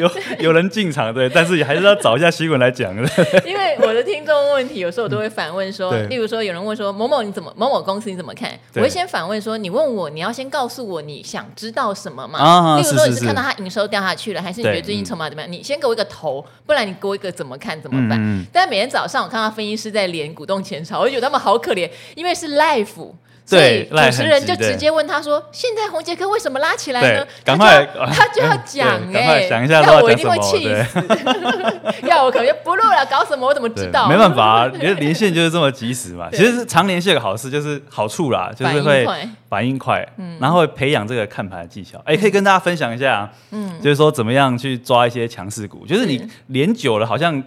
Speaker 2: 有有有人进场，对，但是也还是要找一下新闻来讲 的。
Speaker 1: 因为我的听众问题，有时候我都会反问说，
Speaker 2: 对
Speaker 1: 例如说有人问说某某你怎么某某公司你怎么看？我
Speaker 2: 对
Speaker 1: 会先反问说，你问我你要先告诉我你想知道什么嘛？
Speaker 2: 啊
Speaker 1: 例如说
Speaker 2: 是
Speaker 1: 你
Speaker 2: 是
Speaker 1: 是看到它营收掉下去了，还是你觉
Speaker 2: 对嗯
Speaker 1: 得最近筹码怎么样？你先给我一个头，不然你给我一个怎么看怎么办？
Speaker 2: 嗯嗯
Speaker 1: 但每天早上我看到分析师在连股东前朝，我就觉得他们好可怜，因为是 life。所以
Speaker 2: 对
Speaker 1: 主
Speaker 2: live
Speaker 1: 持人就
Speaker 2: 很急对
Speaker 1: 直接问他说：“现在红杰克为什么拉起来呢
Speaker 2: 对？”赶
Speaker 1: 他就
Speaker 2: 快
Speaker 1: 要他就要讲
Speaker 2: 对赶
Speaker 1: 哎、
Speaker 2: 快想一下
Speaker 1: 那
Speaker 2: 都
Speaker 1: 我一
Speaker 2: 要
Speaker 1: 定
Speaker 2: 讲
Speaker 1: 会
Speaker 2: 什么
Speaker 1: 气死。 要我可能就不录了，搞什么？我怎么
Speaker 2: 对，
Speaker 1: 知道？
Speaker 2: 没办法、啊，因为连线就是这么及时嘛。 其实常连线有个好事就是好处啦，就是
Speaker 1: 反应
Speaker 2: 会
Speaker 1: 快嗯
Speaker 2: 反应快，然后会培养这个看盘的技巧。哎、可以跟大家分享一下、啊，嗯，就是说怎么样去抓一些强势股，就是
Speaker 1: 是
Speaker 2: 你连久了，好像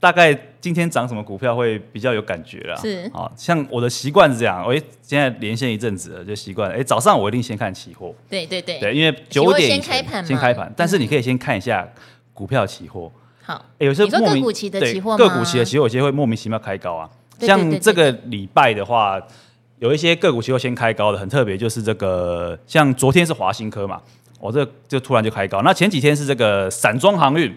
Speaker 2: 大概今天涨什么股票会比较有感觉啦。
Speaker 1: 是
Speaker 2: 好像我的习惯是这样，哎、现在连线一阵子了，就习惯了。哎、早上我一定先看期货，
Speaker 1: 对对对，
Speaker 2: 对，因为
Speaker 1: 期货
Speaker 2: 九点以
Speaker 1: 先开
Speaker 2: 前
Speaker 1: 盘嘛嗯
Speaker 2: 先开盘，但是你可以先看一下股票期货。
Speaker 1: 好，
Speaker 2: 欸有些
Speaker 1: 你说
Speaker 2: 莫名
Speaker 1: 个股期的
Speaker 2: 对
Speaker 1: 期货
Speaker 2: 个
Speaker 1: 吗
Speaker 2: 股期的期货有些会莫名其妙开高啊。
Speaker 1: 对对对
Speaker 2: 像这个礼拜的话，有一些个股期货先开高的，很特别，就是这个像昨天是华新科嘛，我、这就突然就开高。那前几天是这个散装航运，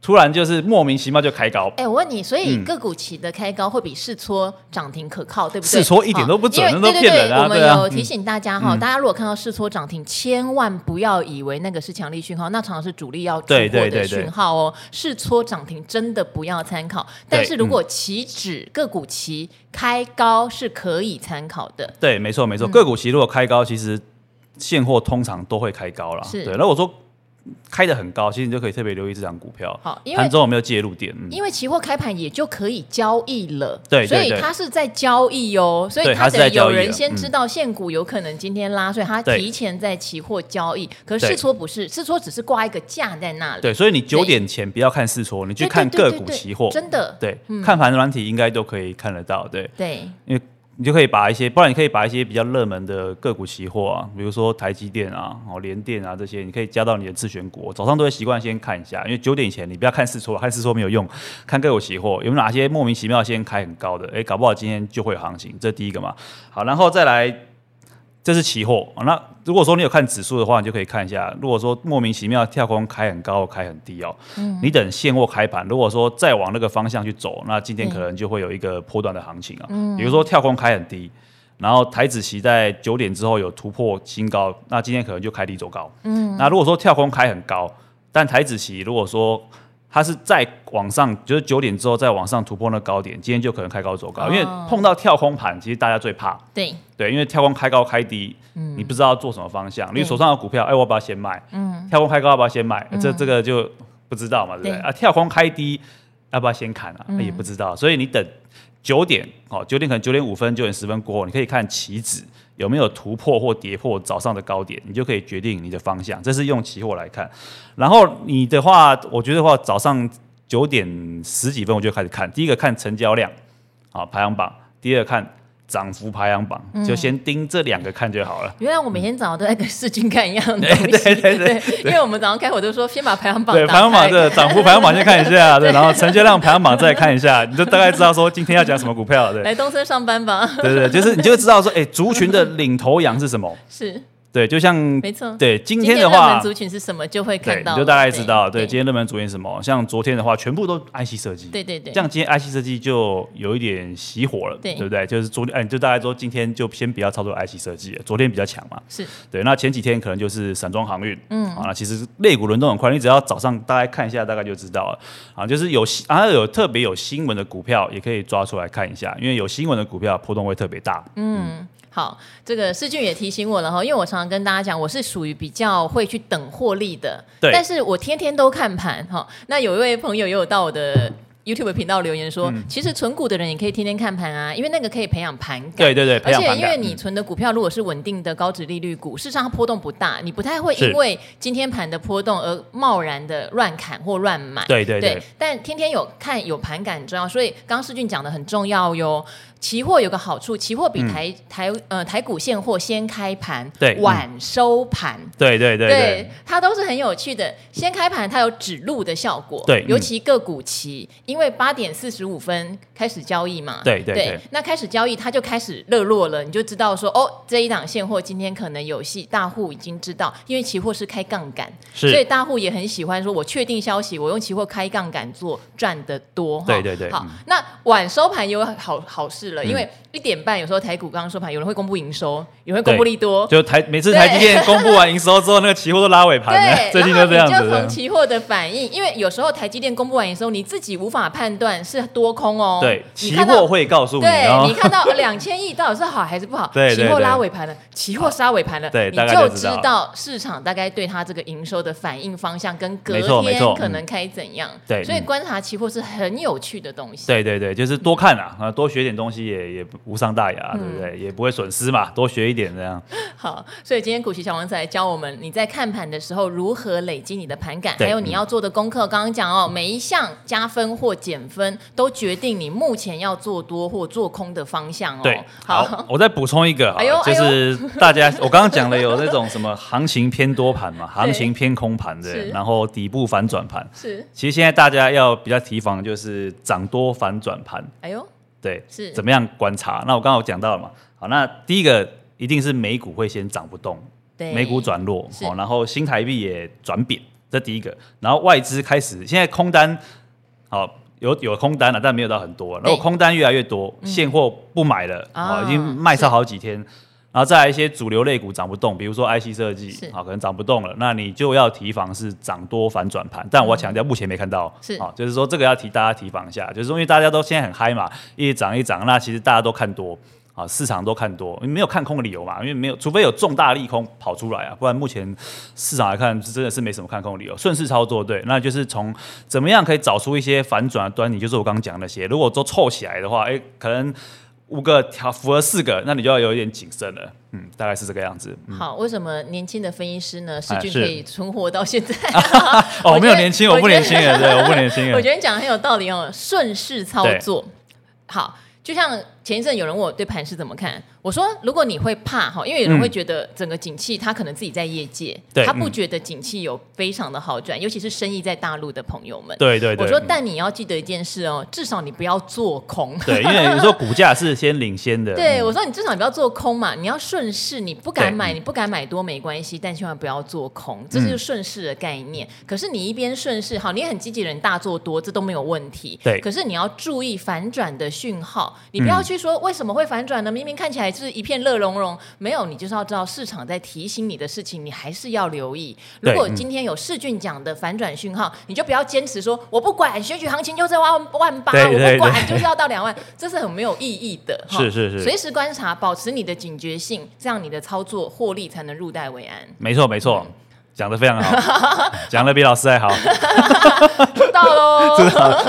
Speaker 2: 突然就是莫名其妙就开高。
Speaker 1: 哎，我问你，所以
Speaker 2: 嗯
Speaker 1: 个股期的开高会比市搓涨停可靠，对不对？
Speaker 2: 试搓一点都不准
Speaker 1: 好因为
Speaker 2: 那都
Speaker 1: 对对
Speaker 2: 骗人
Speaker 1: 对
Speaker 2: 啊
Speaker 1: 我们
Speaker 2: 对啊
Speaker 1: 有
Speaker 2: 嗯
Speaker 1: 提醒大家哈，大家如果看到市搓涨停，千万不要以为那个是强力讯号，那常常是主力要出货
Speaker 2: 对对
Speaker 1: 的
Speaker 2: 对对
Speaker 1: 讯号哦。市搓涨停真的不要参考，但
Speaker 2: 嗯
Speaker 1: 是如果期指个股期开高是可以参考的。
Speaker 2: 对，没错没
Speaker 1: 嗯
Speaker 2: 错，个股期如果开高，其实现货通常都会开高啦。
Speaker 1: 是
Speaker 2: 对，那我说开的很高，其实你就可以特别留意这张股票。
Speaker 1: 好因为
Speaker 2: 盘中有没有介入点？嗯，
Speaker 1: 因为期货开盘也就可以交易了，
Speaker 2: 对对
Speaker 1: 所以
Speaker 2: 对
Speaker 1: 它是在交易哦，所以
Speaker 2: 对
Speaker 1: 它
Speaker 2: 它是
Speaker 1: 等
Speaker 2: 在
Speaker 1: 于有
Speaker 2: 交易的嗯
Speaker 1: 人先知道现股有可能今天拉，所以它
Speaker 2: 对
Speaker 1: 提前在期货交易。可是
Speaker 2: 对
Speaker 1: 试搓不是，试搓只是挂一个价在那里，
Speaker 2: 对，所以你九点前不要看试错，你去
Speaker 1: 对，
Speaker 2: 看
Speaker 1: 对对
Speaker 2: 个
Speaker 1: 对
Speaker 2: 股
Speaker 1: 对
Speaker 2: 期货。
Speaker 1: 真的
Speaker 2: 对，看盘软体应该都可以看得到，对，
Speaker 1: 对
Speaker 2: 因为你就可以把一些，不然你可以把一些比较热门的个股期货啊，比如说台积电啊、哦联电啊这些，你可以加到你的自选股。我早上都会习惯先看一下，因为九点以前你不要看试错，看试错没有用，看个股期货有没有哪些莫名其妙先开很高的，哎，搞不好今天就会有行情，这第一个嘛。好，然后再来。这是期货、哦那如果说你有看指数的话，你就可以看一下。如果说莫名其妙跳空开很高、开很低哦，你等现货开盘，如果说再往那个方向去走，那今天可能就会有一个波段的行情啊。比如说跳空开很低，然后台指期在九点之后有突破新高，那今天可能就开低走高。嗯，那如果说跳空开很高，但台指期如果说它是再往上，就是九点之后再往上突破那高点，今天就可能开高走高，因为
Speaker 1: 哦
Speaker 2: 碰到跳空盘，其实大家最怕。
Speaker 1: 对，
Speaker 2: 对，因为跳空开高开低，你不知道做什么方向。你
Speaker 1: 嗯对
Speaker 2: 手上的股票，哎，我要不要先卖？嗯，跳空开高要不要先卖？这这个就不知道嘛，对不对？
Speaker 1: 嗯对嗯
Speaker 2: 啊，跳空开低要不要先砍啊？也不知道，所以你等九点，哦，九点可能九点五分、九点十分过后，你可以看期指有没有突破或跌破早上的高点，你就可以决定你的方向。这是用期货来看。然后你的话，我觉得话早上九点十几分我就开始看，第一个看成交量，啊排行榜，第二看涨幅排行榜，
Speaker 1: 嗯
Speaker 2: 就先盯这两个看就 好了。
Speaker 1: 原来我每天早上都在跟世军看一样的东西，
Speaker 2: 对对对
Speaker 1: 因为我们早上开火都说先把排行榜
Speaker 2: 对
Speaker 1: 打
Speaker 2: 排行榜
Speaker 1: 开
Speaker 2: 的涨幅排行榜先看一 下，对，然后成交量排行榜再看一下，你就大概知道说今天要讲什么股票，对，
Speaker 1: 来东森上班吧，
Speaker 2: 对对，对就是你就知道说，哎，族群的领头羊是什么？
Speaker 1: 是
Speaker 2: 对，就像
Speaker 1: 没错
Speaker 2: 对今
Speaker 1: 今
Speaker 2: 天的
Speaker 1: 热门
Speaker 2: 话，
Speaker 1: 族群是什么就会
Speaker 2: 对，
Speaker 1: 看
Speaker 2: 你
Speaker 1: 到了，
Speaker 2: 就大概知道，对，
Speaker 1: 对
Speaker 2: 今天热门主演什么？像昨天的话，全部都 IC 设计，
Speaker 1: 对对对
Speaker 2: 像今天 IC 设计就有一点熄火了，
Speaker 1: 对
Speaker 2: 对不对？就是昨天，哎，你就大概说今天就先不要操作 IC 设计了，昨天比较强嘛，
Speaker 1: 是
Speaker 2: 对，那前几天可能就是散装航运，嗯，啊，那其实类股轮动很快，你只要早上大概看一下，大概就知道了。啊，就是有新啊有特别有新闻的股票，也可以抓出来看一下，因为有新闻的股票波动会特别大。嗯，
Speaker 1: 好，这个世俊也提醒我了哈，因为我常常跟大家讲，我是属于比较会去等获利的，
Speaker 2: 对
Speaker 1: 但是我天天都看盘哈。那有一位朋友也有到我的 YouTube 频道留言说，
Speaker 2: 嗯
Speaker 1: 其实存股的人也可以天天看盘啊，因为那个可以培养盘感。
Speaker 2: 对对对，培
Speaker 1: 而
Speaker 2: 养
Speaker 1: 且
Speaker 2: 盘
Speaker 1: 因为
Speaker 2: 感。嗯
Speaker 1: 你存的股票如果是稳定的高值利率股，事实上它波动不大，你不太会
Speaker 2: 是
Speaker 1: 因为今天盘的波动而贸然的乱砍或乱买。
Speaker 2: 对对对
Speaker 1: 对。但天天有看有盘感很重要，所以刚刚世俊讲的很重要哟。期货有个好处，期货比台、台呃台股现货先开盘，
Speaker 2: 嗯对嗯
Speaker 1: 晚收盘。
Speaker 2: 对对对对，
Speaker 1: 它都是很有趣的。先开盘，它有指路的效果，
Speaker 2: 对
Speaker 1: 尤
Speaker 2: 嗯
Speaker 1: 其个股期，因为八点四十五分开始交易嘛，
Speaker 2: 对对对
Speaker 1: 那开始交易，它就开始热络了，你就知道说，哦，这一档现货今天可能有戏，大户已经知道，因为期货是开杠杆，
Speaker 2: 是
Speaker 1: 所以大户也很喜欢说，我确定消息，我用期货开杠杆做，赚得多。哈
Speaker 2: 对对对
Speaker 1: 好
Speaker 2: 嗯，
Speaker 1: 那晚收盘也有好好事了，因为一点半有时候台股刚刚收盘，有人会公布营收，有人会公布利多，
Speaker 2: 就台每次台积电公布完营收之后，那个期货都拉尾盘了，
Speaker 1: 对， 然
Speaker 2: 最近
Speaker 1: 后
Speaker 2: 就这样
Speaker 1: 你就从
Speaker 2: 子。
Speaker 1: 期货的反应，因为有时候台积电公布完营收，你自己无法判断是多空哦。
Speaker 2: 对，
Speaker 1: 你
Speaker 2: 期
Speaker 1: 看到
Speaker 2: 货。会告诉你
Speaker 1: 对你
Speaker 2: 哦。
Speaker 1: 看到两千亿到底是好还是不好？
Speaker 2: 对对
Speaker 1: 期货拉
Speaker 2: 对
Speaker 1: 尾盘了，期货杀尾盘了，
Speaker 2: 对
Speaker 1: 你
Speaker 2: 大概就
Speaker 1: 知
Speaker 2: 知道
Speaker 1: 道市场大概对它这个营收的反应方向跟隔
Speaker 2: 没错没
Speaker 1: 天
Speaker 2: 错
Speaker 1: 可能开怎样。
Speaker 2: 对
Speaker 1: 所以
Speaker 2: 嗯
Speaker 1: 观察期货是很有趣的东西。
Speaker 2: 对对对，就是多看啊，啊，多学点东西也也无伤大雅，啊
Speaker 1: 嗯
Speaker 2: 对不对？也不会损失嘛，多学一点这样。
Speaker 1: 好，所以今天股息小王子来教我们，你在看盘的时候如何累积你的盘感，
Speaker 2: 对嗯
Speaker 1: 还有你要做的功课。刚刚讲哦，每一项加分或减分都决定你目前要做多或做空的方向哦。
Speaker 2: 对，好，我再补充一个好了，
Speaker 1: 哎呦
Speaker 2: 就
Speaker 1: 哎呦
Speaker 2: 是大家、 我刚刚讲了有那种什么行情偏多盘 嘛，行情偏空盘
Speaker 1: 是
Speaker 2: 的，然后底部反转盘。
Speaker 1: 是，
Speaker 2: 其实现在大家要比较提防的就是涨多反转盘，
Speaker 1: 哎呦，
Speaker 2: 对，
Speaker 1: 是
Speaker 2: 怎么样观察？那我刚刚有讲到了嘛，好，那第一个一定是美股会先涨不动，
Speaker 1: 对，
Speaker 2: 美股转弱，
Speaker 1: 是
Speaker 2: 哦，然后新台币也转贬，这第一个。然后外资开始现在空单，好、有有空单了，但没有到很多。如
Speaker 1: 对嗯
Speaker 2: 果空单越来越多，现货不买了，
Speaker 1: 啊
Speaker 2: 哦，已经卖
Speaker 1: 是
Speaker 2: 超好几天。然后再来一些主流类股涨不动，比如说 IC 设计
Speaker 1: 是，
Speaker 2: 好、可能涨不动了，那你就要提防是涨多反转盘。但我要
Speaker 1: 嗯
Speaker 2: 强调，目前没看到，
Speaker 1: 是
Speaker 2: 好、就是说这个要提大家提防一下，就是说因为大家都现在很嗨嘛，一涨一涨，那其实大家都看多。啊，市场都看多，没有看空的理由嘛，因为没有，除非有重大利空跑出来啊，不然目前市场来看是真的是没什么看空理由，顺势操作对，那就是从怎么样可以找出一些反转的端倪，就是我刚刚讲的那些，如果都凑起来的话，哎，可能五个条符合四个，那你就要有一点谨慎了，嗯，大概是这个样子。嗯
Speaker 1: 好，为什么年轻的分析师呢，世
Speaker 2: 哎
Speaker 1: 俊可
Speaker 2: 是
Speaker 1: 以存活到现 在？
Speaker 2: 哦，
Speaker 1: 我
Speaker 2: 我没有
Speaker 1: 觉得
Speaker 2: 年轻，我不
Speaker 1: 我觉
Speaker 2: 年
Speaker 1: 得
Speaker 2: 轻了，对，我不年轻
Speaker 1: 我
Speaker 2: 了
Speaker 1: 觉，得你讲的很有道理哦，顺势操作。好，就像前一阵有人问我对盘是怎么看，我说如果你会怕哈，因为有人会觉得整个景气，他可能自己在业界，
Speaker 2: 对
Speaker 1: 他不
Speaker 2: 嗯
Speaker 1: 觉得景气有非常的好转，尤其是生意在大陆的朋友们。
Speaker 2: 对对对。
Speaker 1: 我说，
Speaker 2: 嗯
Speaker 1: 但你要记得一件事哦，至少你不要做空。
Speaker 2: 对，因为有时候股价是先领先 的，
Speaker 1: 对，
Speaker 2: 嗯
Speaker 1: 我说你至少你不要做空嘛，你要顺势，你不敢
Speaker 2: 对嗯
Speaker 1: 买，你不敢买多没关系，但千万不要做空，这就是顺势的概念。可是你一边顺势，好，你也很积极的人大做多，这都没有问题。
Speaker 2: 对嗯
Speaker 1: 可是你要注意反转的讯号，你不要去去说为什么会反转呢？明明看起来是一片乐融融，没有，你就是要知道市场在提醒你的事情，你还是要留意。如
Speaker 2: 对
Speaker 1: 果
Speaker 2: 嗯
Speaker 1: 今天有世俊讲的反转讯号，你就不要坚持说我不管选举行情就在万万八，
Speaker 2: 对
Speaker 1: 我不
Speaker 2: 对
Speaker 1: 管
Speaker 2: 对
Speaker 1: 就是要到两万， 这是很没有意义的。哈
Speaker 2: 是是是
Speaker 1: 随时观察，保持你的警觉性，这样你的操作获利才能入袋为安。
Speaker 2: 没错没错，讲的非常好， 讲的比老师还好。
Speaker 1: 到 喽。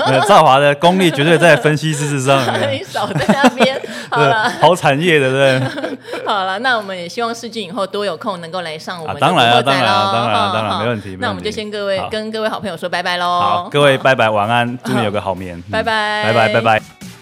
Speaker 2: 呃赵华的功力绝对在分析师之上 面，
Speaker 1: 你少在那 边，好了
Speaker 2: 对，好产业的对。
Speaker 1: 好了，那我们也希望世俊以后多有空能够来上我们
Speaker 2: 啊
Speaker 1: 的
Speaker 2: 当然啊
Speaker 1: 直播站
Speaker 2: 当然啊
Speaker 1: 咯
Speaker 2: 当然啊
Speaker 1: 哈
Speaker 2: 当然
Speaker 1: 哈
Speaker 2: 没问题没
Speaker 1: 那我
Speaker 2: 问
Speaker 1: 们
Speaker 2: 题
Speaker 1: 就先各位
Speaker 2: 好
Speaker 1: 跟各位好朋友说拜拜
Speaker 2: 好，
Speaker 1: 喽，
Speaker 2: 各位拜拜，晚安，祝你有个好眠，
Speaker 1: 拜拜
Speaker 2: 拜拜拜拜。